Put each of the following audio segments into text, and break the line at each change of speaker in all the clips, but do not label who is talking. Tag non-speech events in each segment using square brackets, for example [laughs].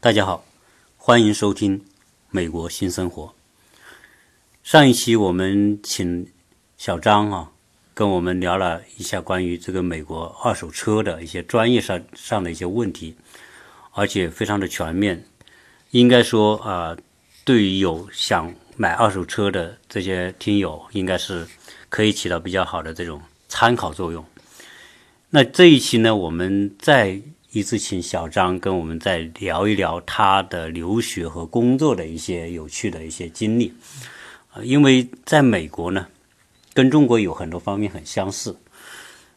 大家好，欢迎收听《美国新生活》。上一期我们请小张啊，跟我们聊了一下关于这个美国二手车的一些专业上上的一些问题，而且非常的全面。应该说啊、对于有想买二手车的这些听友，应该是可以起到比较好的这种参考作用。那这一期呢，我们再一次请小张跟我们再聊一聊他的留学和工作的一些有趣的一些经历，呃因为在美国呢，跟中国有很多方面很相似。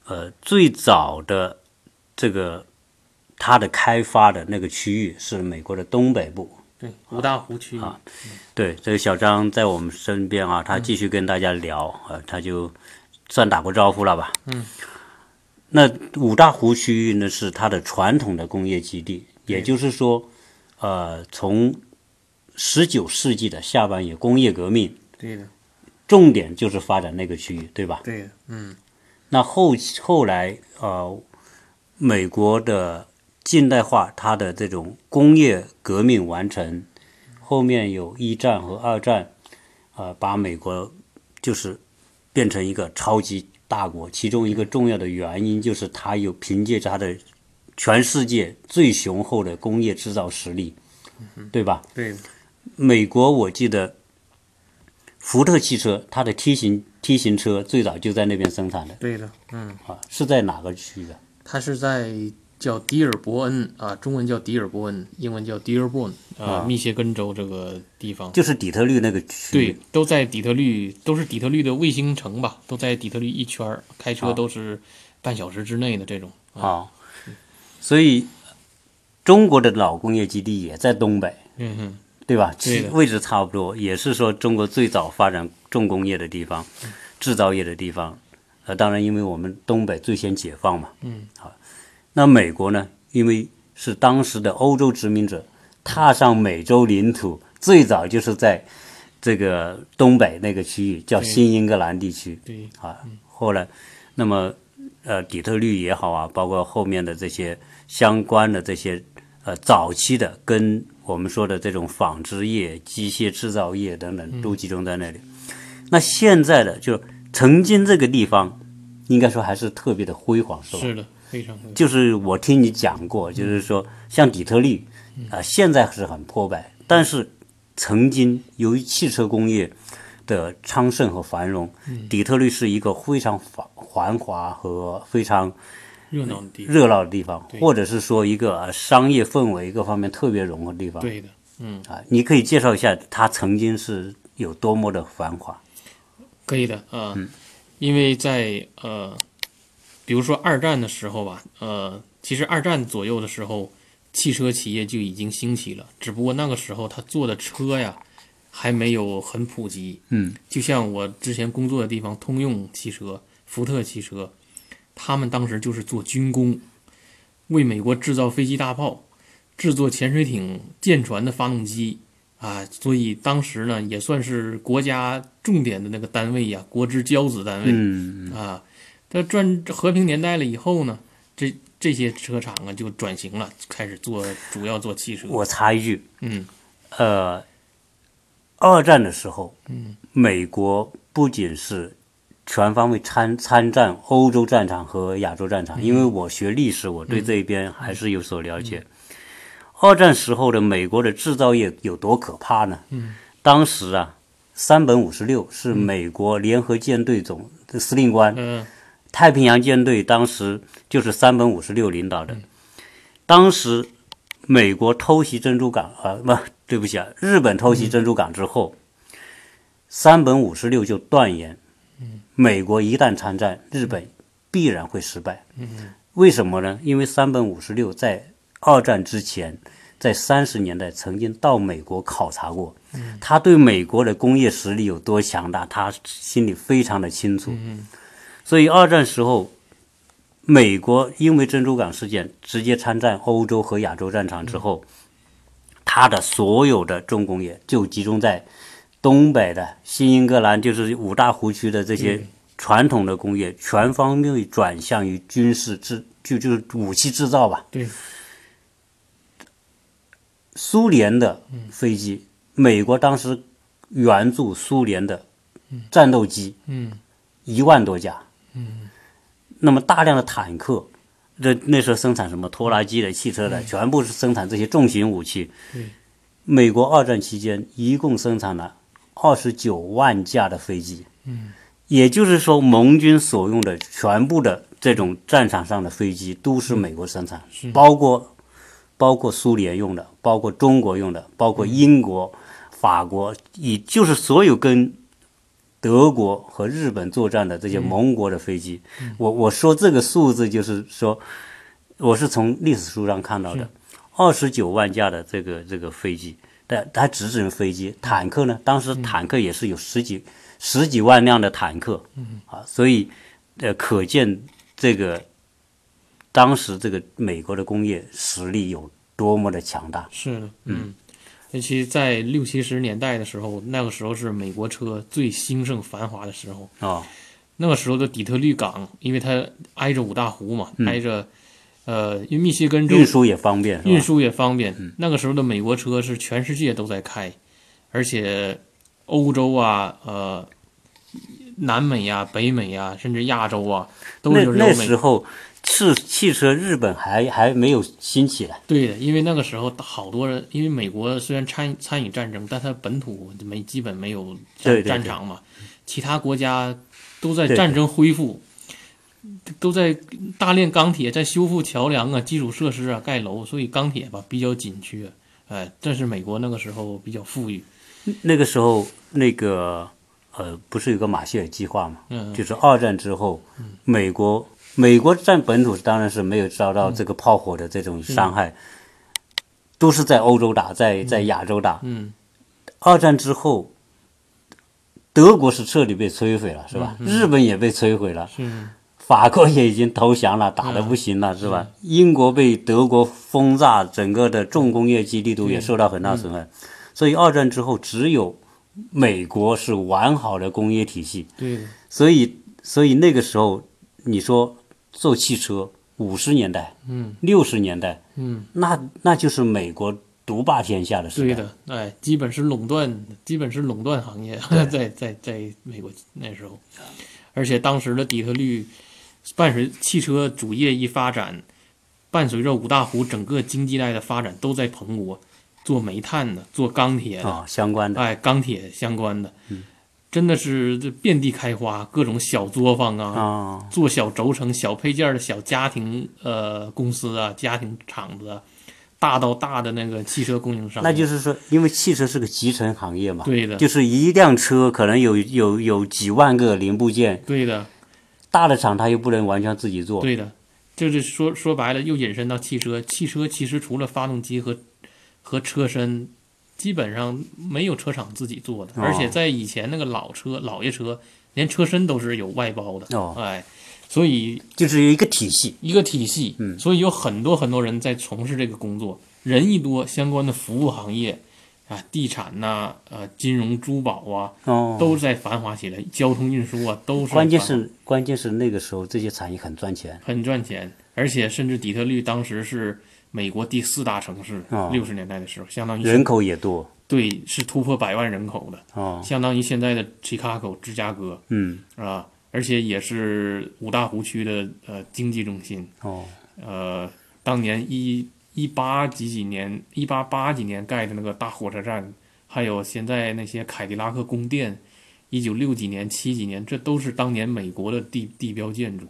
呃，最早的这个它的开发的那个区域是美国的东北部，
对，五大湖区域啊，
对，这个小张在我们身边啊，他继续跟大家聊啊、呃他就算打过招呼了吧？嗯。那五大湖区域呢，是它的传统的工业基地，也就是说，呃，从十九世纪的下半叶工业革命，
对的，
重点就是发展那个区域，对吧？
对的，嗯，
那后后来呃，美国的近代化，它的这种工业革命完成，后面有一战和二战，呃，把美国就是变成一个超级大国。其中一个重要的原因就是它有凭借着它的全世界最雄厚的工业制造实力，对吧？
对的，
美国我记得福特汽车，它的 T 型 T 型车最早就在那边生产的。
对的，嗯，
啊，是在哪个区域的？
它是在叫迪尔伯恩啊，中文叫迪尔伯恩，英文叫 Dearborn 啊，密歇根州这个地方，
就是底特律那个区
对
域。，
都在底特律，都是底特律的卫星城吧，都在底特律一圈儿，开车都是半小时之内的这种。
啊，所以中国的老工业基地也在东北，
嗯哼，
对吧？
对
其
的
位置差不多，也是说中国最早发展重工业的地方，
嗯
制造业的地方。呃，当然，因为我们东北最先解放嘛。
嗯。
好，那美国呢？因为是当时的欧洲殖民者踏上美洲领土，最早就是在这个东北那个区域，叫
对
新英格兰地区。
对，
啊，后来，那么呃，底特律也好啊，包括后面的这些相关的这些呃早期的跟我们说的这种纺织业、机械制造业等等，都集中在那里。那现在的就曾经这个地方，应该说还是特别的辉煌，是吧？
是的，非常对。
就是我听你讲过，就是说像底特律啊、现在是很破败，但是曾经由于汽车工业的昌盛和繁荣，
嗯
底特律是一个非常繁繁华和非常
热闹的地方。
热闹的地方，
对
或者是说一个呃商业氛围各方面特别融合的地方。
对的，嗯。
啊，你可以介绍一下它曾经是有多么的繁华？
可以的啊、呃因为在呃，比如说二战的时候吧，呃，其实二战左右的时候，汽车企业就已经兴起了，只不过那个时候他做的车呀还没有很普及。
嗯，
就像我之前工作的地方，通用汽车、福特汽车，他们当时就是做军工，为美国制造飞机、大炮，制作潜水艇、舰船的发动机。啊，所以当时呢，也算是国家重点的那个单位呀、国之骄子单位。
嗯，
啊，它转和平年代了以后呢，这这些车厂啊就转型了，开始做主要做汽车。
我插一句，
嗯，
呃，二战的时候，美国不仅是全方位参参战欧洲战场和亚洲战场，
嗯
因为我学历史，我对这一边还是有所了解。
嗯
二战时候的美国的制造业有多可怕呢？
嗯
当时啊，三本五十六是美国联合舰队总司令官，
嗯
太平洋舰队当时就是三本五十六领导的，当时美国偷袭珍珠港啊，不、对不起啊，日本偷袭珍珠港之后，三本五十六就断言，美国一旦参战，日本必然会失败。为什么呢？因为三本五十六在二战之前，在三十年代曾经到美国考察过，他对美国的工业实力有多强大，他心里非常的清楚。所以二战时候，美国因为珍珠港事件直接参战欧洲和亚洲战场之后，它的所有的重工业就集中在东北的新英格兰，就是五大湖区的这些传统的工业，全方位转向于军事制，就就是武器制造吧。
对，
苏联的飞机，美国当时援助苏联的战斗机
嗯
一万多架，那么大量的坦克，那那时候生产什么拖拉机的、汽车的，全部是生产这些重型武器
嗯对。
美国二战期间一共生产了二十九万架的飞机，
嗯
也就是说，盟军所用的全部的这种战场上的飞机都
嗯
是美国生产，包括包括苏联用的，包括中国用的，包括英国、法国，以就是所有跟德国和日本作战的这些盟国的飞机。我我说这个数字就是说，我是从历史书上看到的，二十九万架的这个这个飞机。但它只准飞机，坦克呢？当时坦克也是有十几、十几万辆的坦克，啊，所以呃，可见这个当时这个美国的工业实力有多么的强大。
是的，嗯，尤其在六七十年代的时候，那个时候是美国车最兴盛繁华的时候。
哦，
那个时候的底特律港，因为它挨着五大湖嘛，挨着，呃，因为密歇根
嗯
州
运输也方便，是吧嗯
运输也方便。那个时候的美国车是全世界都在开，而且欧洲啊，呃，南美呀、北美呀、甚至亚洲啊，都
那
有
那
人美
时候是汽车，日本还还没有兴起来。
对的，因为那个时候好多人，因为美国虽然参参与战争，但它本土没基本没有战
对对对
战场嘛，其他国家都在
对对
战争恢复，都在大炼钢铁，在修复桥梁啊、基础设施啊、盖楼，所以钢铁吧比较紧缺。哎，这是美国那个时候比较富裕，
那个时候，那个呃，不是有个马歇尔计划嘛？
嗯
就是二战之后，美国美国占本土当然是没有遭到这个炮火的这种伤
嗯
害，都是在欧洲打，在在亚洲打。
嗯，
二战之后，德国是彻底被摧毁了，是吧？
嗯
日本也被摧毁了，
是
法国也已经投降了，打得不行
嗯
了，是吧？英国被德国轰炸，整个的重工业基地都也受到很
嗯
大损害。所以二战之后，只有美国是完好的工业体系。
对的，
所以，所以那个时候，你说做汽车，五十年代、
嗯
六十年代，
嗯，
那那就是美国独霸天下的时
对
代。
的，哎，基本是垄断，基本是垄断行业， [laughs] 在在在美国那时候，而且当时的底特律，伴随汽车主业一发展，伴随着五大湖整个经济带的发展都在蓬勃，做煤炭的，做钢铁的，
啊、嗯相关的。
哎，钢铁相关的，真的是这遍地开花，各种小作坊啊，
啊，
做小轴承、小配件的小家庭呃公司啊、家庭厂子啊，大到大的那个汽车供应商，
那就是说，因为汽车是个集成行业嘛，
对的，
就是一辆车可能有有有几万个零部件，
对的，
大的厂它又不能完全自己做，
对的，就是说说白了，又引申到汽车。汽车其实除了发动机和和车身，基本上没有车厂自己做的，
哦
而且在以前那个老车、老爷车，连车身都是有外包的，
哦
哎，所以
就是一个体系。
一个体系，
嗯
所以有很多很多人在从事这个工作，人一多，相关的服务行业啊，地产呐、呃，金融、珠宝啊，
哦，
都在繁华起来，交通运输啊，都是
关键
繁华
是关键是那个时候这些产业很赚钱，
很赚钱，而且甚至底特律当时是美国第四大城市，
哦
六十、年代的时候，相当于
人口也多。
对是突破百万人口的，
哦，
相当于现在的 Chicago 芝加哥
嗯，
啊，而且也是五大湖区的呃经济中心。
哦，
呃，当年一一八几几年，一八八几年盖的那个大火车站，还有现在那些凯迪拉克宫殿，一九六几年、七几年，这都是当年美国的地地标建筑，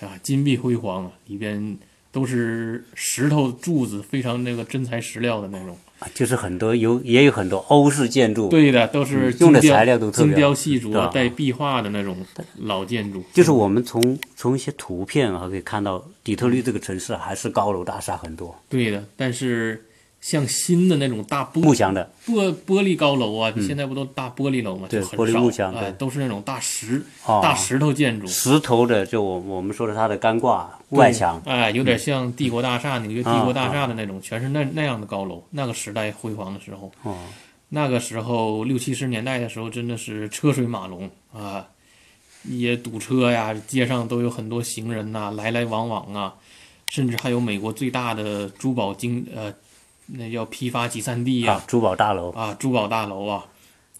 啊，金碧辉煌啊，里边都是石头柱子，非常那个真材实料的那种。
就是很多有也有很多欧式建筑，
对的，都是
嗯用的
精雕
材料都特别
精雕细
对
琢
吧、
带壁画的那种老建筑。
就是我们从从一些图片啊可以看到，底特律这个城市还是高楼大厦很多，
对的，但是像新的那种大玻
木墙的，
玻玻璃高楼啊，现在不都大玻璃楼嘛，
嗯对
就很
玻璃
少
幕墙
哎
对
都是那种大石、
哦
大石头建筑，
石头的，就我我们说的它的干挂外墙，嗯
哎，有点像帝国大厦、纽约帝国大厦的那种，全是那那样的高楼。那个时代辉煌的时候，
哦
那个时候六七十年代的时候，真的是车水马龙啊，也堵车呀，街上都有很多行人呐、来来往往啊，甚至还有美国最大的珠宝经呃那叫批发集散地呀、
啊，珠宝大楼。
啊，珠宝大楼啊，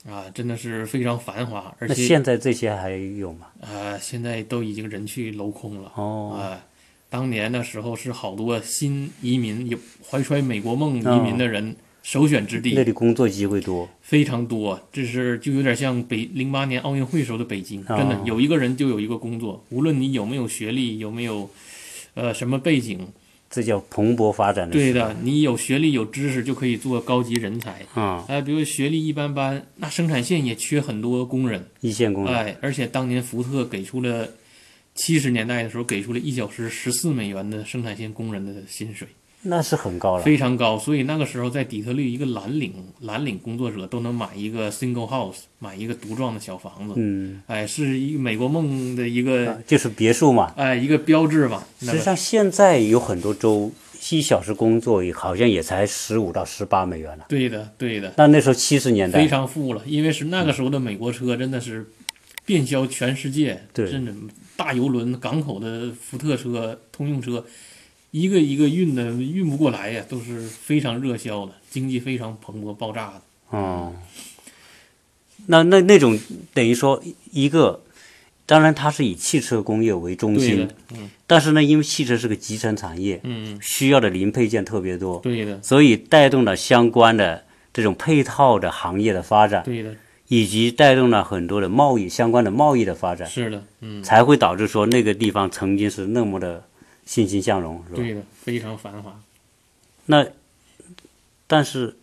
啊，真的是非常繁华，而
那
且
现在这些还有吗？
呃，现在都已经人去楼空了。
哦，
啊，当年的时候是好多新移民有怀揣美国梦移民的人首选之
嗯那
地，
里工作机会多。
非常多。这是就有点像北零八年奥运会时候的北京，
哦
真的有一个人就有一个工作，无论你有没有学历，有没有呃什么背景，
这叫蓬勃发展的
对
时代。
的，你有学历有知识就可以做高级人才。
啊、
哎，比如学历一般般，那生产线也缺很多工人。
一线工人，
哎，而且当年福特给出了七十年代的时候，给出了一小时十四美元的生产线工人的薪水，
那是很高了。
非常高。所以那个时候在底特律，一个蓝领蓝领工作者都能买一个 single house，买一个独幢的小房子。
嗯，啊
哎，是一个美国梦的一个
就是别墅嘛。
哎一个标志吧。那
实际
个
上，现在有很多州一小时工作也好像也才十五到十八美元了。
对的，对的，
那那时候七十年
非
代，
常富了，因为是那个时候的美国车真的是遍销全世界，
对
真的大游轮、港口的福特车、通用车，一个一个运的运不过来呀，都是非常热销的，经济非常蓬勃爆炸的。
嗯，那那那种等于说一个，当然它是以汽车工业为中
对
心
的，，嗯
但是呢，因为汽车是个集成产业，
嗯，
需要的零配件特别多，
对的，
所以带动了相关的这种配套的行业的发展，
对的，
以及带动了很多的贸易相关的贸易的发展，
是的，嗯，
才会导致说那个地方曾经是那么的欣欣向荣，是吧？
对的，非常繁华。
那但是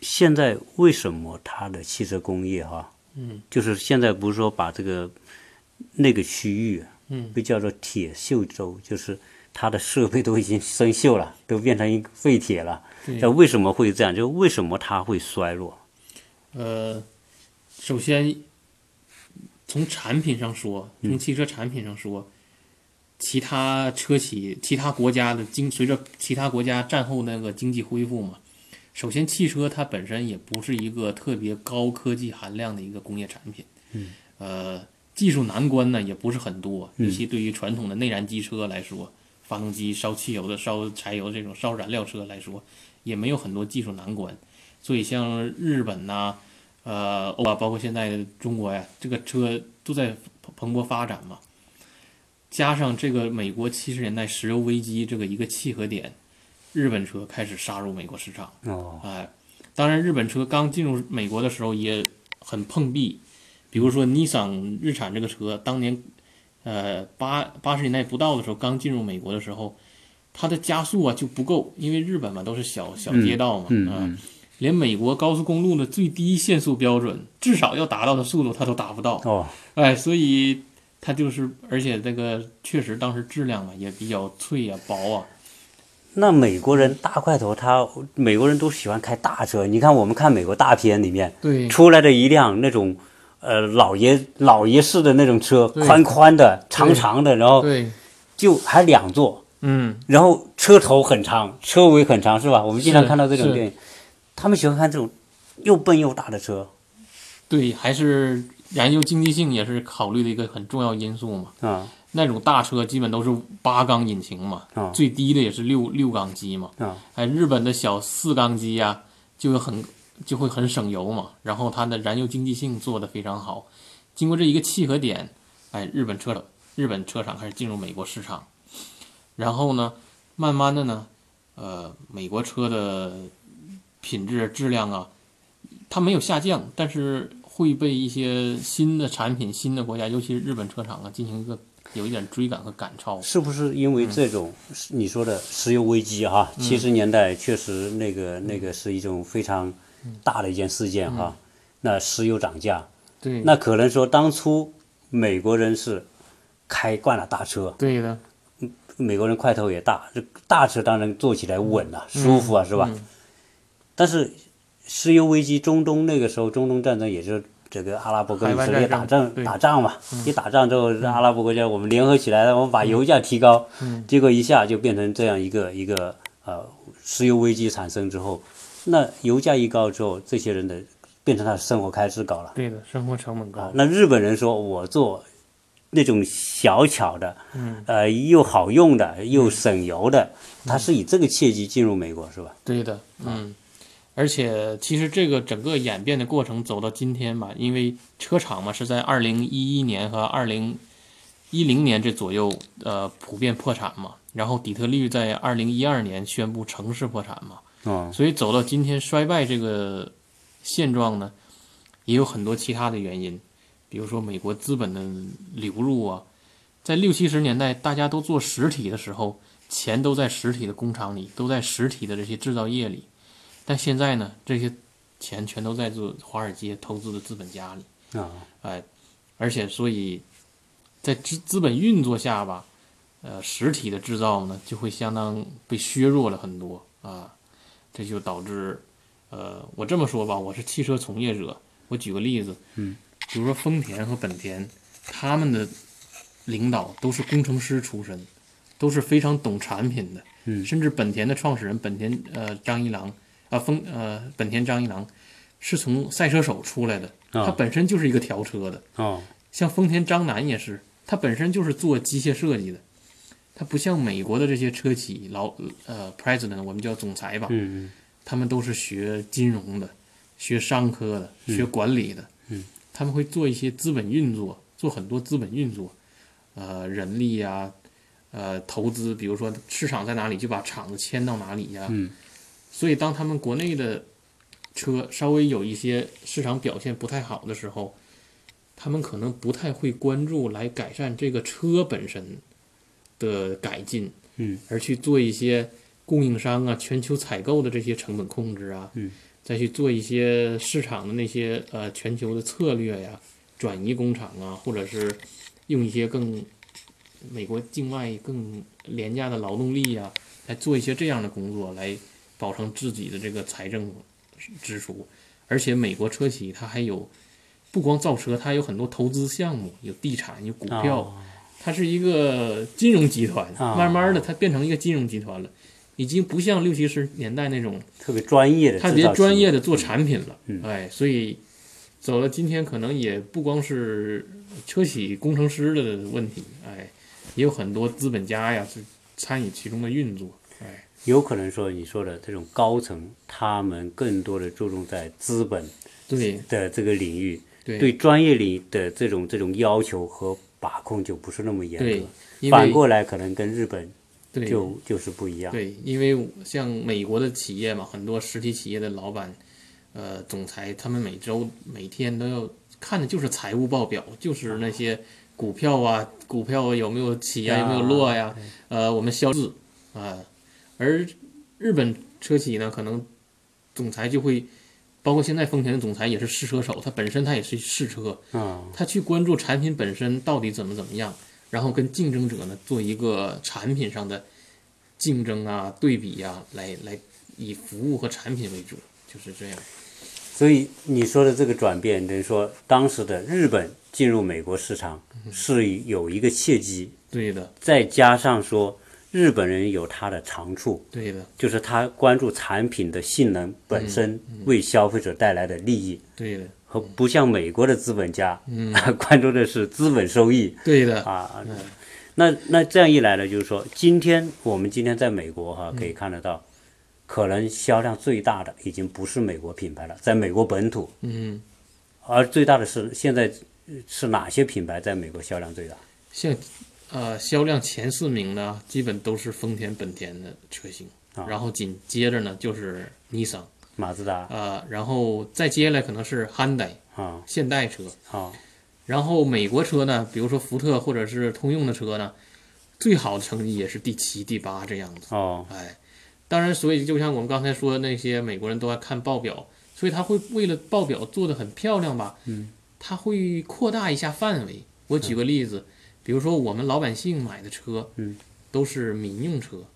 现在为什么它的汽车工业哈、
嗯，
就是现在不是说把这个那个区域，
嗯，
被叫做铁锈州，就是它的设备都已经生锈了，都变成一个废铁了。
对
那为什么会这样？就为什么它会衰落？
呃，首先从产品上说，从汽车产品上说，其他车企、其他国家的经随着其他国家战后那个经济恢复嘛，首先汽车它本身也不是一个特别高科技含量的一个工业产品，嗯，呃，技术难关呢也不是很多，尤其对于传统的内燃机车来说，发动机烧汽油的、烧柴油这种烧燃料车来说，也没有很多技术难关。所以像日本呐、呃，欧啊，包括现在的中国呀，这个车都在蓬蓬勃发展嘛。加上这个美国七十年代石油危机这个一个契合点，日本车开始杀入美国市场。
哦，
哎，当然，日本车刚进入美国的时候也很碰壁，比如说尼桑日产这个车，当年呃八八十年代不到的时候，刚进入美国的时候，它的加速啊就不够，因为日本嘛都是小小街道嘛，
嗯
啊
嗯，
连美国高速公路的最低限速标准，至少要达到的速度它都达不到，
哦，
哎，所以它就是，而且这个确实当时质量嘛也比较脆啊、薄啊，
那美国人大块头他，美国人都喜欢开大车。你看我们看美国大片里面，
对
出来的一辆那种，呃，老爷老爷式的那种车，
对
宽宽的、长长的，然后
对，
就还两座，
嗯。
然后车头很长，车尾很长，是吧？我们经常
是
看到这种
是
电影，他们喜欢看这种又笨又大的车
对，还是燃油经济性也是考虑的一个很重要因素嘛。
啊
那种大车基本都是八缸引擎嘛，
啊
最低的也是六六缸机嘛。
啊！
哎，日本的小四缸机呀、就会很就会很省油嘛。然后它的燃油经济性做得非常好，经过这一个契合点，哎，日本车日本车厂开始进入美国市场。然后呢，慢慢的呢，呃，美国车的品质质量啊，它没有下降，但是会被一些新的产品、新的国家，尤其是日本车厂啊，进行一个有一点追赶和赶超。
是不是因为这种
嗯
你说的石油危机哈？七十年代确实那
嗯
个那个是一种非常大的一件事件哈。那石油涨价，
对
那可能说当初美国人是开惯了大车，
对的，
美国人块头也大，这大车当然坐起来稳啊，
嗯
舒服啊，是吧？但是石油危机，中东那个时候，中东战争也就是这个阿拉伯跟以
海湾
色列
战
打
争
仗
对嗯
打仗嘛，一打仗之后，阿拉伯国家我们联合起来了，我们把油价提高，
嗯
结果一下就变成这样一个一个呃石油危机产生之后，那油价一高之后，这些人的变成他的生活开支高了。啊
对的，生活成本
啊，那日本人说我做那种小巧的，
嗯
呃，又好用的，又省油的，它是以这个契机进入美国，是吧？
对的，嗯，而且其实这个整个演变的过程走到今天吧，因为车厂嘛是在二零一一年和二零一零年这左右，呃，普遍破产嘛。然后底特律在二零一二年宣布城市破产嘛，
嗯，
所以走到今天衰败这个现状呢，也有很多其他的原因，比如说美国资本的流入啊，在六七十年代大家都做实体的时候，钱都在实体的工厂里，都在实体的这些制造业里，但现在呢，这些钱全都在做华尔街投资的资本家里，
啊，
哎，而且所以在资资本运作下吧，呃，实体的制造呢就会相当被削弱了很多啊，这就导致，呃，我这么说吧，我是汽车从业者，我举个例子，嗯，比如说丰田和本田，他们的领导都是工程师出身，都是非常懂产品的，嗯，甚至本田的创始人本田呃张一郎啊丰呃本田张一郎是从赛车手出来的，他本身就是一个调车的，
哦，
像丰田章男也是，他本身就是做机械设计的，他不像美国的这些车企老呃 president 我们叫总裁吧，
嗯
他们都是学金融的、学商科的、学管理的，
嗯
他们会做一些资本运作，做很多资本运作，呃，人力呀、呃，投资，比如说市场在哪里，就把厂子迁到哪里呀、
嗯
所以当他们国内的车稍微有一些市场表现不太好的时候，他们可能不太会关注来改善这个车本身的改进，
嗯，
而去做一些供应商啊、全球采购的这些成本控制啊，
嗯，
再去做一些市场的那些呃全球的策略呀、转移工厂啊，或者是用一些更美国境外更廉价的劳动力呀、来做一些这样的工作，来保证自己的这个财政支出。而且美国车企它还有不光造车，它还有很多投资项目，有地产，有股
嗯，
票。
哦
它是一个金融集团，
啊
慢慢的它变成一个金融集团了，已经不像六七十年代那种
特别专业的，
特别专业，的做产品了，
嗯
哎，所以走了今天可能也不光是车企工程师的问题，哎，也有很多资本家呀是参与其中的运作，哎，
有可能说你说的这种高层，他们更多的注重在资本
对
的这个领域，
对
对专业领域的这种这种要求和把控就不是那么严
对
格，，
因
反
为
过来可能跟日本
对
就就是不一样。
对，因为像美国的企业嘛，很多实体企业的老板，呃，总裁，他们每周每天都要看的就是财务报表，就是那些股票啊，股票有没有起呀、有没有落呀、呃，我们销字啊、而日本车企呢，可能总裁就会，包括现在丰田的总裁也是试车手，他本身他也是试车，
嗯，
他去关注产品本身到底怎么怎么样，然后跟竞争者呢做一个产品上的竞争啊、对比啊，来来以服务和产品为主，就是这样。
所以你说的这个转变，等于说当时的日本进入美国市场是有一个契机，
对的，
再加上说日本人有他的长处，
对的，
就是他关注产品的性能本身为消费者带来的利益，
对的，
和不像美国的资本家， [laughs] 关注的是资本收益
对的，
啊。那那这样一来呢，就是说，今天我们今天在美国哈、可以看得到，可能销量最大的已经不是美国品牌了，在美国本土，
嗯，
而最大的是现在呃是哪些品牌在美国销量最大？
像呃销量前四名呢，基本都是丰田、本田的车型，然后紧接着呢就是尼桑，
马自达
啊，然后再接下来可能是汉代
啊
现代车，
啊
然后美国车呢，比如说福特或者是通用的车呢，最好的成绩也是第七、第八这样子。
哦
哎，当然，所以就像我们刚才说，那些美国人都爱看报表，所以他会为了报表做得很漂亮吧？嗯，他会扩大一下范围。我举个例子，比如说我们老百姓买的车，嗯，都是民用车，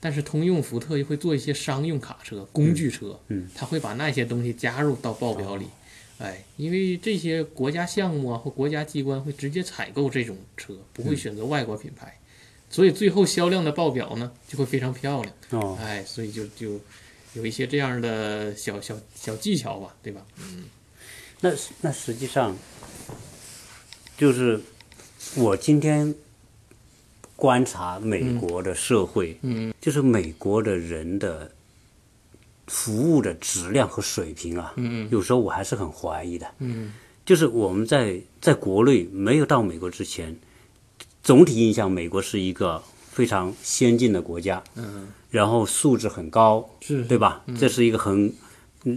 但是通用、福特又会做一些商用卡车、工具车，
嗯，
他会把那些东西加入到报表里。哎，因为这些国家项目啊或国家机关会直接采购这种车，不会选择外国品牌，所以最后销量的报表呢就会非常漂亮。
哦，
哎，所以就就有一些这样的小小小技巧吧，对吧？
那那实际上就是我今天观察美国的社会，嗯，就是美国的人的服务的质量和水平啊，嗯，有时候我还是很怀疑的，嗯，就是我们在在国内没有到美国之前，总体印象美国是一个非常先进的国家，嗯，然后素质很高，
是
对吧？这是一个很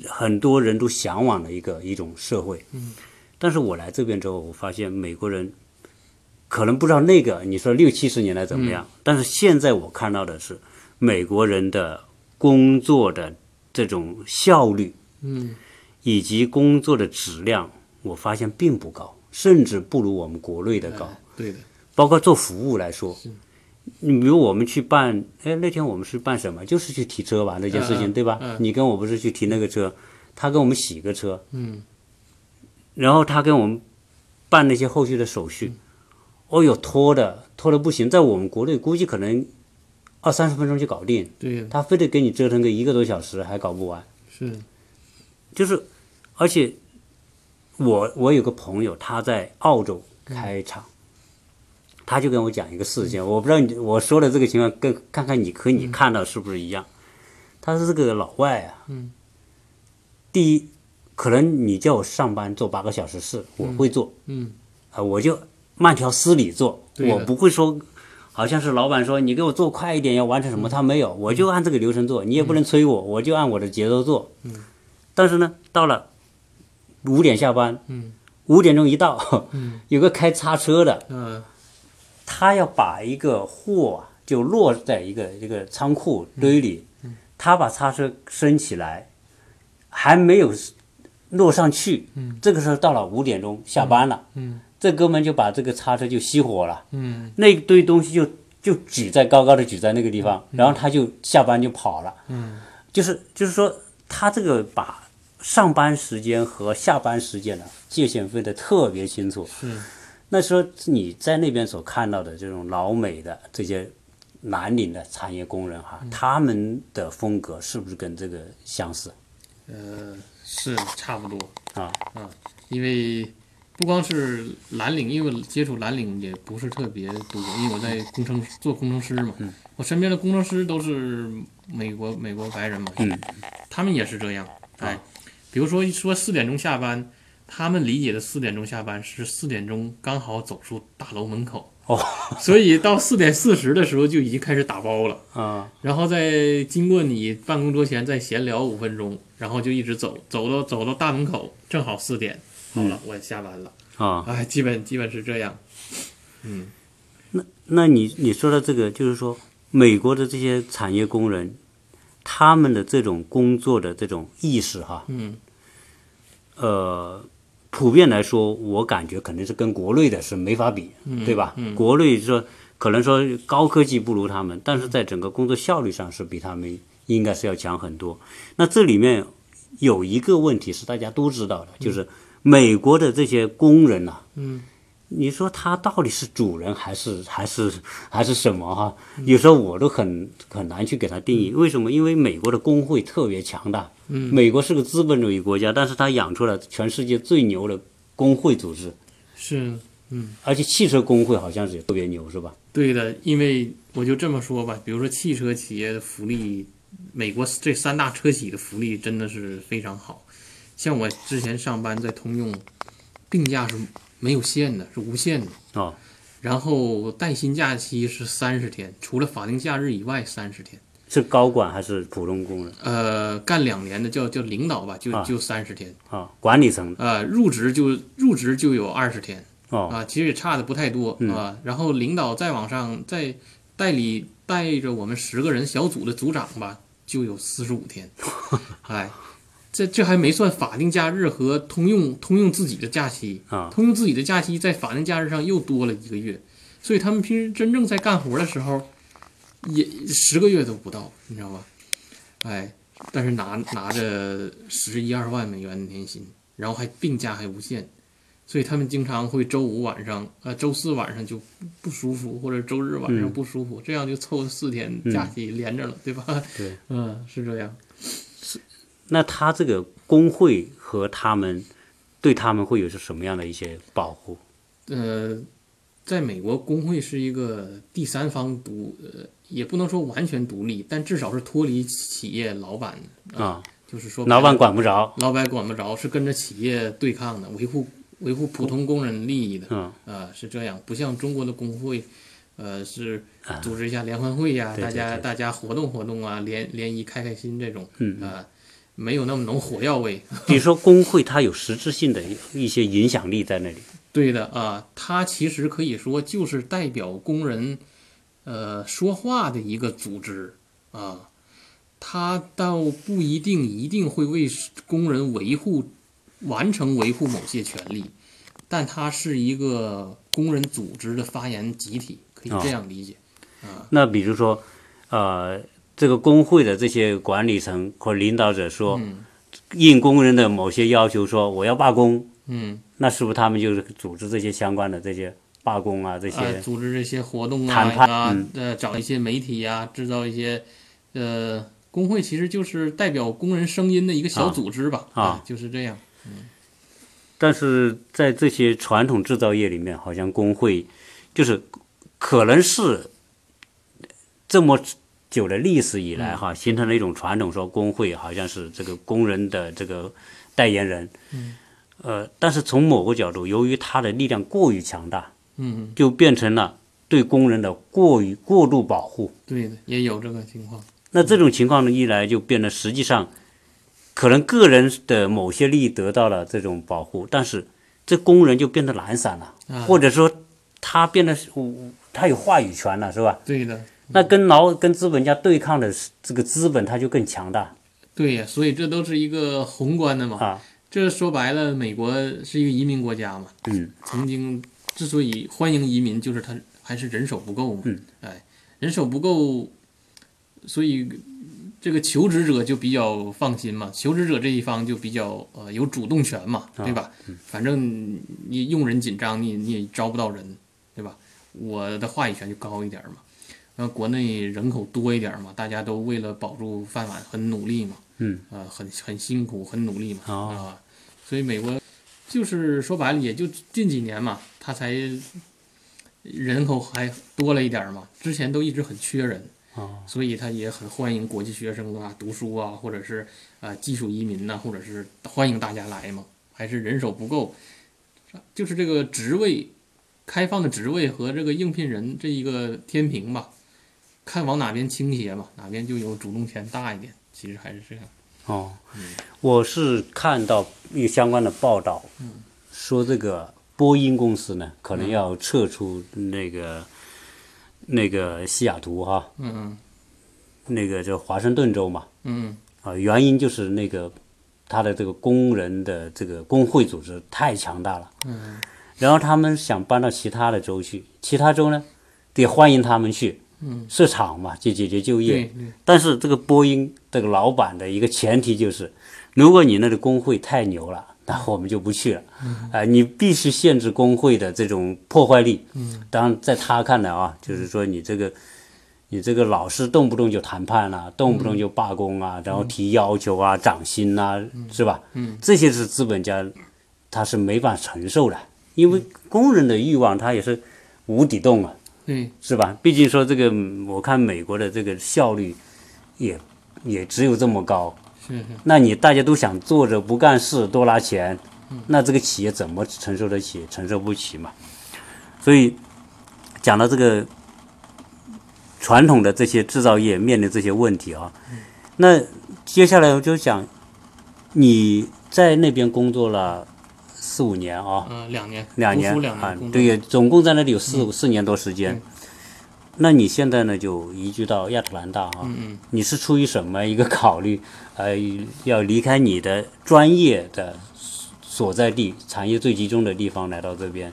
很多人都向往的一个一种社会，嗯，但是我来这边之后，我发现美国人。可能不知道那个你说六七十年代怎么样，但是现在我看到的是美国人的工作的这种效率，
嗯，
以及工作的质量，我发现并不高，甚至不如我们国内的高。
对的，
包括做服务来说，你比如我们去办，哎，那天我们是办什么？就是去提车吧，那件事情、
嗯嗯
对吧？
嗯
你跟我不是去提那个车，他跟我们洗个车，
嗯，
然后他跟我们办那些后续的手续，
嗯
哦哟，拖的拖的不行，在我们国内估计可能二三十分钟就搞定，
对的，
他非得给你折腾个一个多小时还搞不完。
是的，
就是，而且我我有个朋友，他在澳洲
嗯
开厂，他就跟我讲一个事情，我不知道你我说的这个情况跟看看你和你看到是不是一样。他是这个老外啊，
嗯，
第一，可能你叫我上班做八个小时事，我会做
嗯，
啊、我就慢条斯理做，
对的
我不会说。好像是老板说你给我做快一点，要完成什
嗯
么？他没有，我就按这个流程做，你也不能催我，我就按我的节奏做。
嗯
但是呢，到了五点下班，
嗯，
五点钟一到，嗯， [laughs] 有个开叉车的，
嗯，
他要把一个货啊就落在一个一个仓库堆里，
嗯
他把叉车升起来，还没有落上去，嗯，这个时候到了五点钟下班了，
嗯，
这哥们就把这个叉车就熄火了，
嗯，
那堆东西就就举在高高的举在那个地方，
嗯
然后他就下班就跑了，嗯，就是就是说他这个把。上班时间和下班时间呢，界限分得特别清楚。
是，
那时候你在那边所看到的这种老美的这些蓝领的产业工人哈，他们的风格是不是跟这个相似？
呃，是差不多
啊
啊，因为不光是蓝领，因为我接触蓝领也不是特别多，因为我在工程做工程师嘛，
嗯
我身边的工程师都是美国美国白人嘛，
嗯啊
他们也是这样，哎，比如说一说四点钟下班。他们理解的四点钟下班是四点钟刚好走出大楼门口，
哦，
所以到四点四十的时候就已经开始打包了。
啊
然后再经过你办公桌前再闲聊五分钟，然后就一直走，走到走到大门口，正好四点，好了，我下班了。
啊！
哎，基本基本是这样。
那你你说的这个，就是说美国的这些产业工人，他们的这种工作的这种意识哈，
嗯，
呃，普遍来说，我感觉肯定是跟国内的是没法比，对吧？国内说可能说高科技不如他们，但是在整个工作效率上是比他们应该是要强很多。那这里面有一个问题是大家都知道的，就是美国的这些工人呐、
嗯，
你说他到底是主人还是还是还是什么哈、有时候我都很很难去给他定义。为什么？因为美国的工会特别强大。嗯，美国是个资本主义国家，但是它养出了全世界最牛的工会组织，
是
而且汽车工会好像是也特别牛，是吧？
对的，因为我就这么说吧，比如说汽车企业的福利，美国这三大车企的福利真的是非常好。像我之前上班在通用，病假是没有限的，是无限的。
哦，
然后带薪假期是三十天，除了法定假日以外三十天。
是高管还是普通工人
呃，干两年的叫叫领导吧，就
啊
就三十天，
啊、管理层
呃，入职就入职就有二十天
哦、嗯
啊，其实也差的不太多啊、然后领导再往上，再代理带着我们十个人小组的组长吧，就有四十五
[laughs]
天，哎，这这还没算法定假日和通用通用自己的假期
啊
通用自己的假期在法定假日上又多了一个月，所以他们平时真正在干活的时候，也十个月都不到，你知道吧？哎，但是拿拿着十一二万美元的年薪，然后还病假还无限，所以他们经常会周五晚上，呃，周四晚上就不舒服，或者周日晚上不舒服，这样就凑四天假期连着了，对吧？
对，
[laughs] 嗯，是这样。
那他这个工会和他们对他们会有是什么样的一些保护？
呃，在美国，工会是一个第三方独，呃，也不能说完全独立，但至少是脱离企业老板，
啊，
就是说
老板管不着，
老板管不着，是跟着企业对抗的，维护维护普通工人利益的，
嗯，
呃，是这样，不像中国的工会，呃，是组织一下联欢会呀、
啊对
大
对
家
对
大家活动活动啊，联联谊开开心这种，
嗯
啊、没有那么浓火药味，
比如说工会，它有实质性的一些影响力在那里。
对的啊，它其实可以说就是代表工人，呃，说话的一个组织啊。它倒不一定一定会为工人维护、完成维护某些权利，但它是一个工人组织的发言集体，可以
啊
这样理解。
那比如说，呃，这个工会的这些管理层或领导者说，应工人的某些要求说我要罢工，
嗯，
那是不是他们就是组织这些相关的这些罢工啊这些？
啊，组织这些活动啊
谈判
啊
嗯，
呃，找一些媒体呀、制造一些，呃，工会其实就是代表工人声音的一个小
啊
组织吧，
啊
就是这样。
但是在这些传统制造业里面，好像工会就是可能是这么久的历史以来哈，形成了一种传统，说工会好像是这个工人的这个代言人。嗯。呃，但是从某个角度，由于它的力量过于强大，
嗯，
就变成了对工人的过于过度保护。
对的，也有这个情况。
那这种情况呢，一来就变得实际上，可能个人的某些利益得到了这种保护，但是这工人就变得懒散了，
啊
或者说他变得是无他有话语权了，是吧？
对的，
那跟劳跟资本家对抗的是这个资本，他就更强大
对呀，所以这都是一个宏观的嘛。
啊。
这说白了，美国是一个移民国家嘛，
嗯，
曾经之所以欢迎移民，就是它还是人手不够嘛。
嗯，
哎，人手不够，所以这个求职者就比较放心嘛，求职者这一方就比较呃有主动权嘛，
啊
对吧？
嗯
反正你用人紧张，你你也招不到人，对吧？我的话语权就高一点嘛。然后国内人口多一点嘛，大家都为了保住饭碗很努力嘛，
嗯，
呃，很很辛苦，很努力嘛，啊、
哦
所以美国就是说白了，也就近几年嘛，它才人口还多了一点儿嘛，之前都一直很缺人，
哦
所以它也很欢迎国际学生啊读书啊，或者是啊、呃技术移民呐、或者是欢迎大家来嘛，还是人手不够，就是这个职位开放的职位和这个应聘人这一个天平吧，看往哪边倾斜嘛，哪边就有主动权大一点，其实还是这样。
哦，
嗯
我是看到一个相关的报道，
嗯
说这个波音公司呢，可能要撤出那个、那个西雅图哈、
嗯
那个就华盛顿州嘛，
嗯
啊、原因就是那个他的这个工人的这个工会组织太强大了，
嗯
然后他们想搬到其他的州去，其他州呢得欢迎他们去，
嗯，
市场嘛，就解决就
对
业。
对
但是这个波音这个老板的一个前提就是，如果你那个工会太牛了，那我们就不去了，
嗯
啊、你必须限制工会的这种破坏力。嗯，当然在他看来啊，就是说你这个。你这个老是动不动就谈判啊，动不动就罢工啊，然后提要求啊、涨薪呐、是吧？
嗯，
这些是资本家他是没法承受的，因为工人的欲望他也是无底洞啊，
对，
是吧？毕竟说这个，嗯我看美国的这个效率也也只有这么高。
是是，
那你大家都想坐着不干事多拿钱，那这个企业怎么承受得起？承受不起嘛。所以讲到这个传统的这些制造业面临这些问题啊，那接下来我就想你在那边工作了四五年啊，
嗯、两年，
两
读
年
书两
啊
年工，作，
对，总共在那里有四、四年多时间
嗯。
那你现在呢，就移居到亚特兰大啊？
嗯嗯。
你是出于什么一个考虑， [laughs] 呃，要离开你的专业的所在地，产业最集中的地方来到这边？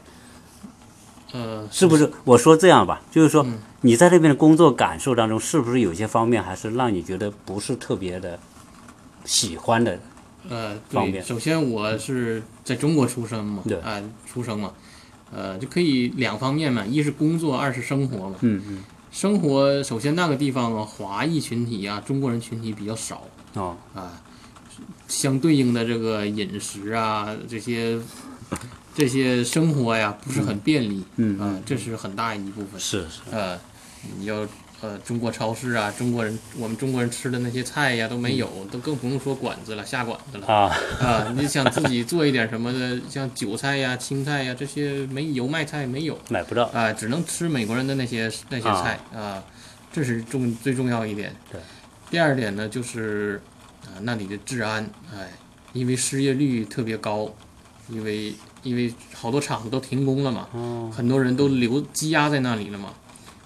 呃，
是不是？我说这样吧，就是说
嗯
你在那边的工作感受当中，是不是有些方面还是让你觉得不是特别的喜欢的？
呃，
方
对，
便
首先我是在中国出生嘛，
对
啊、出生嘛，呃，就可以两方面嘛，一是工作，二是生活嘛。
嗯嗯。
生活首先那个地方啊，华裔群体啊，中国人群体比较少
哦，
啊，相对应的这个饮食啊，这些这些生活呀不是很便利，
嗯
啊、这是很大一部分。
是是，
呃，你要呃中国超市啊，中国人我们中国人吃的那些菜呀都没有，都更不用说馆子了，下馆子了
啊，
[laughs] 啊、你想自己做一点什么的，像韭菜呀、青菜呀这些没油麦菜没有
买不到，
啊、只能吃美国人的那些那些
啊
菜啊、这是重最重要一点。
对，
第二点呢就是啊、那里的治安，哎，因为失业率特别高，因为因为好多厂子都停工了嘛，
哦，
很多人都留积压在那里了嘛。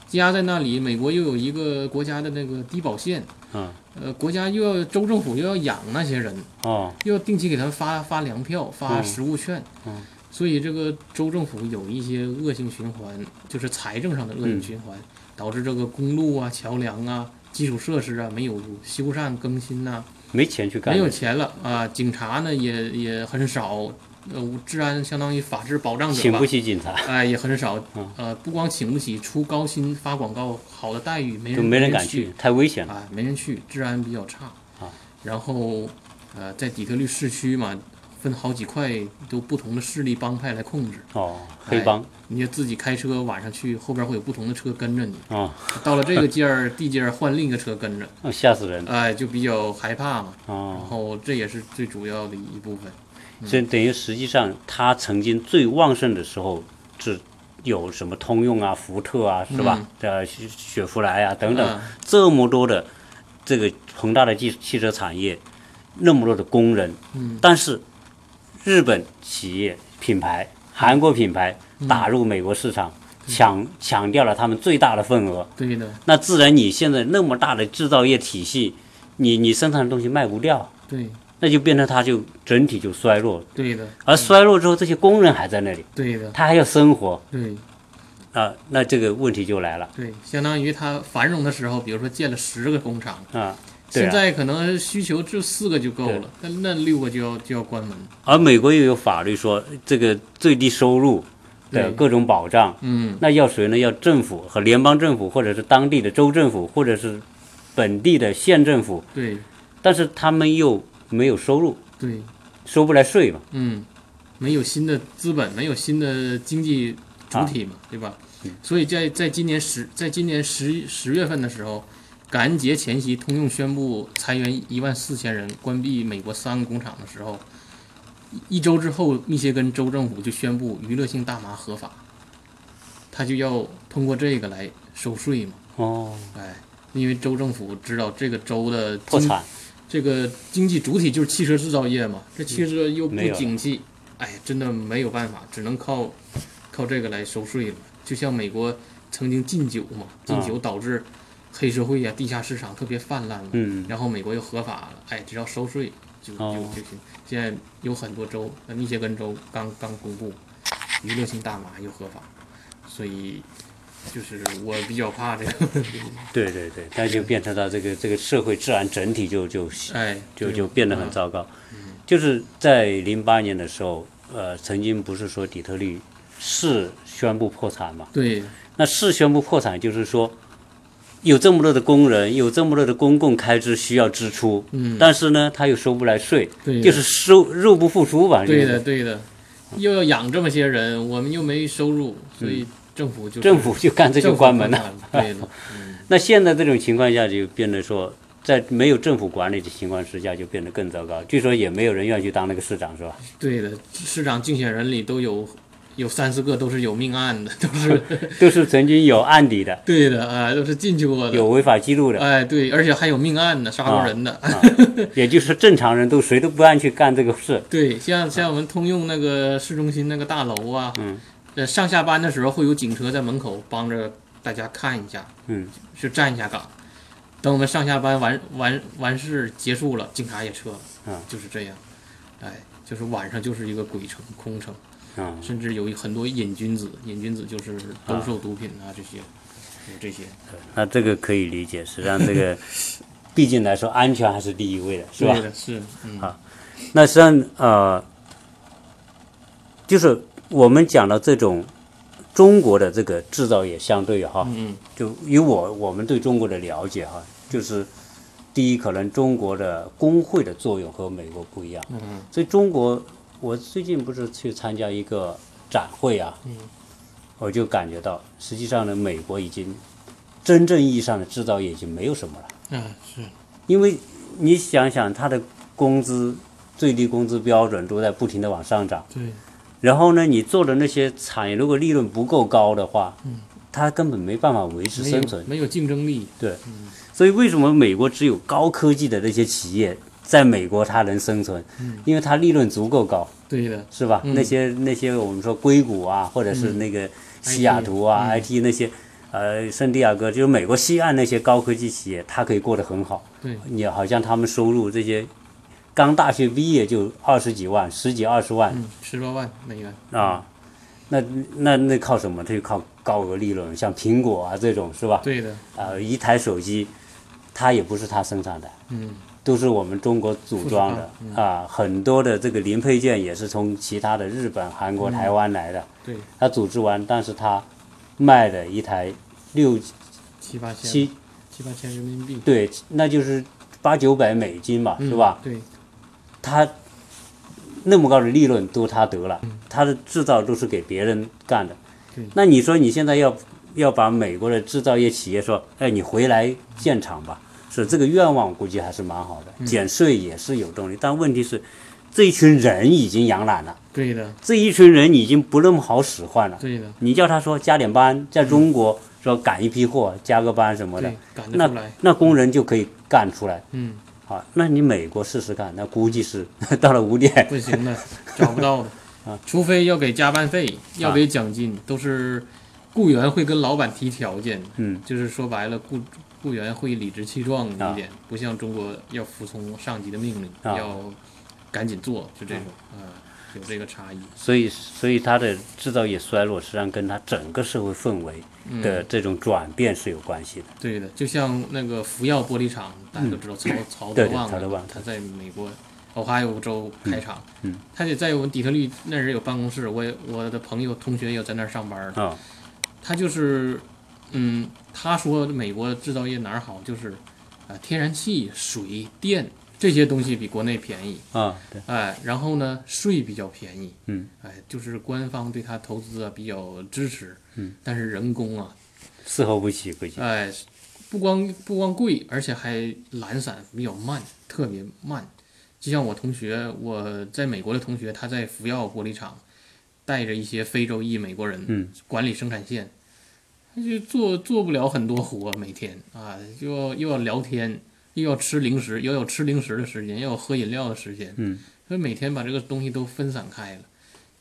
积压在那里，美国又有一个国家的那个低保线，
嗯，
呃，国家又要州政府又要养那些人，
哦，
又要定期给他们发发粮票、发
嗯
食物券，
嗯
所以这个州政府有一些恶性循环，就是财政上的恶性循
嗯
环，导致这个公路啊、桥梁啊、基础设施啊没有修缮更新呐、
没钱去干
没
这个，
有钱了啊、警察呢也也很少，呃，治安相当于法治保障者
请
吧
不，起警察，
哎、也很少
嗯，
呃，不光请不起，出高薪发广告，好的待遇没
就
人
没人
人
敢
去
去，太危险了，
啊，没人去，治安比较差
啊。
然后，呃，在底特律市区嘛，分好几块都不同的势力帮派来控制，
哦，黑帮，
你就自己开车晚上去，后边会有不同的车跟着你。
哦，
到了这个界儿 [laughs] 地界儿换另一个车跟着，
哦吓死人，
哎、就比较害怕嘛。然
哦，
后这也是最主要的一部分。
所以等于实际上他曾经最旺盛的时候是。有什么通用啊、福特啊，是吧？呃，雪雪佛兰啊等等，
嗯
这么多的这个宏大的汽汽车产业，那么多的工人，
嗯
但是日本企业品牌、韩国品牌
嗯
打入美国市场，抢抢掉了他们最大的份额，
对的，
那自然你现在那么大的制造业体系，你你生产的东西卖不掉，
对，
那就变成它就整体就衰落，
对的，
而衰落之后，这些工人还在那里，
对的，
他还要生活
对
啊、那这个问题就来了
对，相当于它繁荣的时候，比如说建了十个工厂，
啊。对
现
啊。
在可能需求就四个就够了，但那六个就要就要关门。
而美国又有法律说这个最低收入的
对
各种保障，
嗯，
那要谁呢？要政府和联邦政府，或者是当地的州政府，或者是本地的县政府，
对
但是他们又没有收入，
对，
收不来税嘛。
嗯，没有新的资本，没有新的经济主体嘛，对吧？所以在在今年十在今年十十月份的时候，感恩节前夕，通用宣布裁员一万四千人，关闭美国三个工厂的时候，一一周之后，密歇根州政府就宣布娱乐性大麻合法，他就要通过这个来收税嘛，
哦，
哎，因为州政府知道这个州的
破
经
产，
这个经济主体就是汽车制造业嘛，这汽车又不
没有了
景气，哎，真的没有办法，只能靠靠这个来收税了。就像美国曾经禁酒嘛，
啊
禁酒导致黑社会呀、啊地下市场特别泛滥嘛，
嗯，
然后美国又合法了，哎，只要收税就就
哦
就行。现在有很多州，呃密歇根州刚刚公布娱乐性大麻又合法，所以就是我比较怕这个，
对对对，那就变成到这个这个社会治安整体就就
哎，
就
对嗯
就变得很糟糕。就是在零八年的时候，呃，曾经不是说底特律市宣布破产嘛？
对
那市宣布破产，就是说有这么多的工人，有这么多的公共开支需要支出，
嗯
但是呢，他又收不来税，
对，
就是收入不敷出吧？
对
就
的，
是，
对的，又要养这么些人，我们又没收入，所以政府就
嗯政府就干这
政
就
府
关门啊了。
了。对的，
那现在这种情况下，就变得说，在没有政府管理的情况之下，就变得更糟糕。据说也没有人愿意去当那个市长，是吧？
对的，市长竞选人里都有有三四个都是有命案的，都是
[laughs] 都是曾经有案底的，
对的啊、都是进去过的。
有违法记录的，啊
哎，对，而且还有命案呢，杀过人的。
也就是说正常人都谁都不愿意去干这个事。
对，像像我们通用那个市中心那个大楼啊，
嗯，
呃，上下班的时候会有警车在门口帮着大家看一下，
嗯，
就站一下岗。等我们上下班完完完事结束了，警察也撤了，
嗯
就是这样，哎，就是晚上就是一个鬼城、空城，
啊、
甚至有很多瘾君子，瘾君子就是兜售毒品啊这些，有这些，
那这个可以理解。实际上，这个毕竟来说，安全还是第一位的，是吧啊
对？的，是，嗯，
好那实际上，呃，就是我们讲到这种中国的这个制造业，相对哈，
嗯
就以我我们对中国的了解哈，就是第一，可能中国的工会的作用和美国不一样，
嗯嗯
所以中国我最近不是去参加一个展会啊，
嗯
我就感觉到，实际上呢，美国已经真正意义上的制造业已经没有什么了。
啊，是，
因为你想想，他的工资最低工资标准都在不停的往上涨，
对，
然后呢，你做的那些产业如果利润不够高的话，它根本没办法维持
嗯没
生
有
存。
没有竞争力，
对，所以为什么美国只有高科技的那些企业在美国它能生存？因为它利润足够高，
对的，
是吧？
嗯
那些那些我们说硅谷啊，或者是那个西雅图啊、IT 那些。呃，圣地亚哥就是美国西岸那些高科技企业，它可以过得很好。
对，
你好像他们收入这些刚大学毕业就二十几万、十几二十万
嗯，十多万美元，
啊，那那那靠什么？它就靠高额利润，像苹果啊这种是吧？
对的，
啊、一台手机，它也不是它生产的，
嗯，
都是我们中国组装的
复制
啊，很多的这个零配件也是从其他的日本、韩国、台湾来的，
对，
它组织完，但是它卖了一台六
七八千，
七，
七八千人民币，
对，那就是八九百美金嘛，
嗯
是吧？？
对，
他那么高的利润都他得了，他的制造都是给别人干的
嗯对。
那你说你现在要要把美国的制造业企业说，哎，你回来建厂吧，是这个愿望，估计还是蛮好
嗯
的，减税也是有动力。但问题是，这一群人已经养懒了，
对的，
这一群人已经不那么好使唤了。
对的，嗯
你叫他说加点班，在中国说赶一批货，加个班什么的
对，，赶得
那
出来，
那工人就可以干出来。
嗯，
啊，那你美国试试看，那估计是 [laughs] 到了五点，
不行的，找
[laughs]
不到的，
啊
除非要给加班费，要给奖金，都是雇员会跟老板提条件，
嗯，
就是说白了，雇雇员会理直气壮
啊
一点，不像中国要服从上级的命令，
啊
要赶紧做，就这种，嗯、有这个差异，
所以所以它的制造业衰落实际上跟它整个社会氛围的这种转变是有关系的。
对的，就像那个福耀玻璃厂，大家都知道曹曹
嗯对
德
对
旺
曹德旺嗯
的，他在美国俄亥俄州开厂，他也在我们底特律那儿有办公室，我也我的朋友同学也在那儿上班呢。
啊、
他就是，嗯，他说美国制造业哪儿好，就是，啊、天然气、水电这些东西比国内便宜，
啊，对，
哎、然后呢，税比较便宜，
嗯，
哎、就是官方对他投资啊比较支持，嗯，但是人工啊，
伺候不起估计。
哎、不光不光贵，而且还懒散，比较慢，特别慢。就像我同学，我在美国的同学，他在福耀玻璃厂，带着一些非洲裔美国人，
嗯
管理生产线，他就做做不了很多活，每天啊，又要又要聊天，又要吃零食，又要吃零食的时间，又要喝饮料的时间，
嗯，
所以每天把这个东西都分散开了，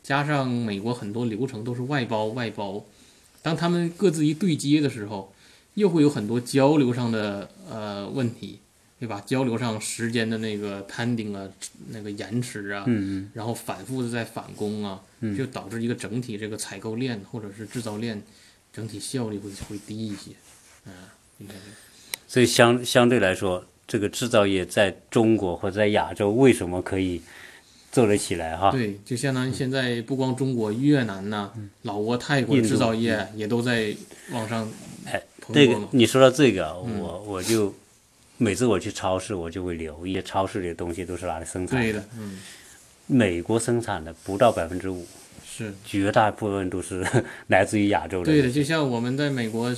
加上美国很多流程都是外包外包，当他们各自一对接的时候，又会有很多交流上的呃问题，对吧？交流上时间的那个 pending 啊，那个延迟啊，
嗯嗯
然后反复的在返工啊，就导致一个整体这个采购链或者是制造链整体效率会会低一些。嗯，你看这个，
所以相相对来说，这个制造业在中国或者在亚洲为什么可以做得起来哈？
对，就相当于现在不光中国、越南呐、老挝、泰国
嗯印度嗯
制造业也都在往上
哎，
蓬
这
勃
个
嘛。
你说到这个，我我就每次我去超市，我就会留意超市里的东西都是哪里生产
对
的，
的，嗯，
美国生产的不到百分之五。
是
绝大部分都是 [laughs] 来自于亚洲人。
对的。就像我们在美国，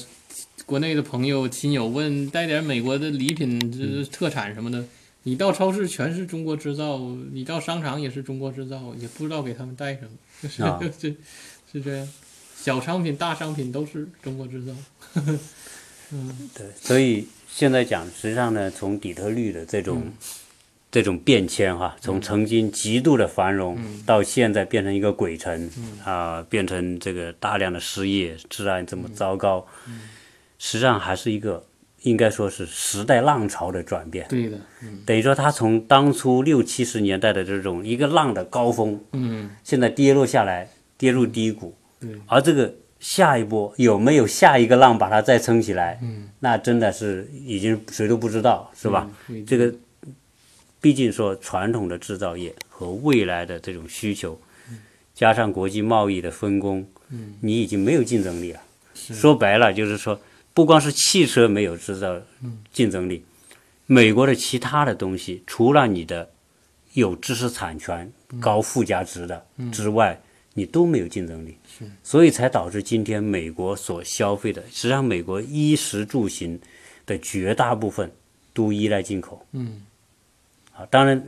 国内的朋友亲友问带点美国的礼品、
嗯
这特产什么的。你到超市全是中国制造，你到商场也是中国制造，也不知道给他们带什么。是 [laughs]
啊
是是这样，小商品、大商品都是中国制造。
对所以现在讲，实际上呢，从底特律的这
嗯
种、这种变迁哈、从曾经极度的繁荣，
嗯
到现在变成一个鬼城啊、变成这个大量的失业、治安这么糟糕，
嗯
实际上还是一个应该说是时代浪潮的转变。
对的，嗯
等于说，它从当初六七十年代的这种一个浪的高峰，
嗯，
现在跌落下来，跌入低谷。
对，
而这个下一波有没有下一个浪把它再撑起来，
嗯，
那真的是已经谁都不知道，是吧？
嗯？
这
个
个毕竟说传统的制造业和未来的这种需求，加上国际贸易的分工，
嗯，
你已经没有竞争力了。啊
是
说白了就是说，不光是汽车没有制造竞争力，美国的其他的东西，除了你的有知识产权高附加值的之外，你都没有竞争力，所以才导致今天美国所消费的，实际上美国衣食住行的绝大部分都依赖进口。
嗯，
啊，当然，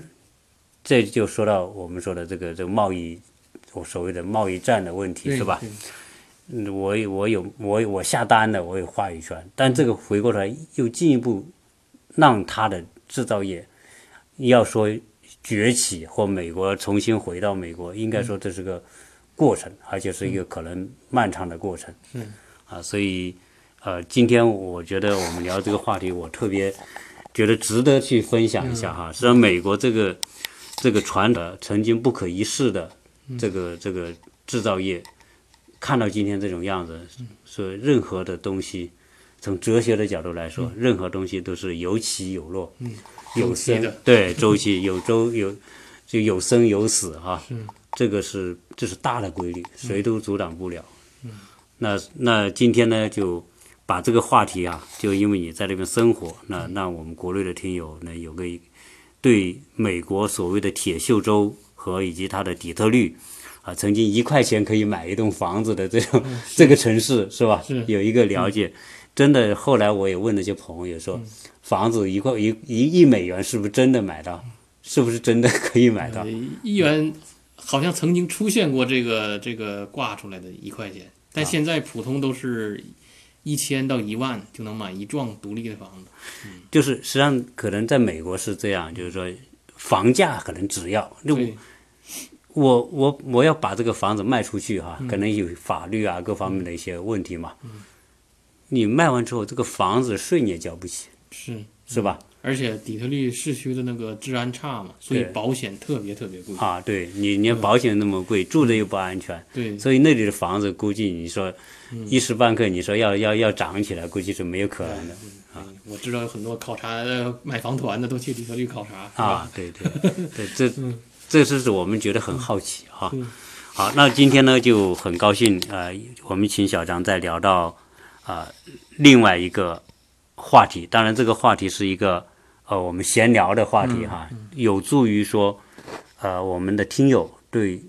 这就说到我们说的这个这个贸易，我所谓的贸易战的问题
对
是吧？
对
嗯，我有我有我有我下单的，我有话语权，但这个回过头来又进一步让它的制造业要说崛起或美国重新回到美国，应该说这是个过程，而且是一个可能漫长的过程。
嗯，
啊，所以呃，今天我觉得我们聊这个话题，我特别觉得值得去分享一下
嗯
哈。实际上，美国这个这个传统曾经不可一世的
嗯
这个这个制造业，看到今天这种样子，
嗯
所以任何的东西。从哲学的角度来说，任何东西都是有起有落，有
嗯周期
生
的
对周期有周有就有生有死哈、这个是这是大的规律，
嗯
谁都阻挡不了。那那今天呢，就把这个话题啊，就因为你在这边生活，那那我们国内的听友呢，有个对美国所谓的铁锈州和以及它的底特律。啊，曾经一块钱可以买一栋房子的这种、 [laughs] 这个城市是吧？
是
有一个了解，真的。后来我也问了些朋友说，房子一块一一亿美元是不是真的买到？是不是真的可以买到
呃？一元好像曾经出现过这个这个挂出来的一块钱，
啊
但现在普通都是一千到一万就能买一幢独立的房子。
就是实际上可能在美国是这样，就是说房价可能只要那我
对，
我我我要把这个房子卖出去哈、可能有法律啊各方面的一些问题嘛。你卖完之后，这个房子税你也交不起，
是，
是吧？
而且底特律市区的那个治安差嘛，所以
对
保险特别特别贵。
啊，对你连保险那么贵，住着又不安全，
对，
所以那里的房子估计你说一时半刻你说要要要涨起来，估计是没有可能的。
嗯我知道有很多考察呃买房团的都去底特律考察，是吧？
啊，对对对，这这是我们觉得很好奇哈、好，那今天呢就很高兴呃，我们请小张再聊到啊、呃另外一个话题，当然这个话题是一个呃我们闲聊的话题哈，有助于说呃我们的听友对。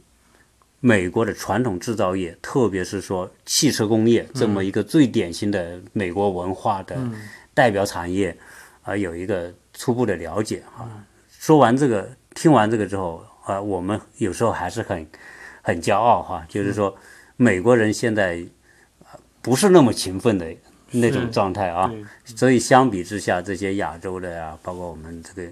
美国的传统制造业，特别是说汽车工业这么一个最典型的美国文化的
嗯
代表产业，啊、有一个初步的了解哈、说完这个，听完这个之后，啊、我们有时候还是很很骄傲哈、就是说
嗯
美国人现在呃不是那么勤奋的那种
是
状态啊，
对
所以相比之下，这些亚洲的呀、啊包括我们这个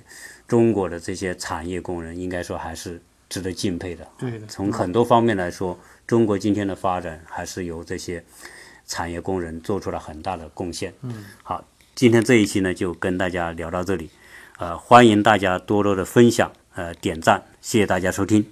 中国的这些产业工人，应该说还是值得敬佩的。
对的，
从很多方面来说，中国今天的发展还是由这些产业工人做出了很大的贡献。嗯，好，今天这一期呢就跟大家聊到这里，呃，欢迎大家多多的分享，呃，点赞，谢谢大家收听。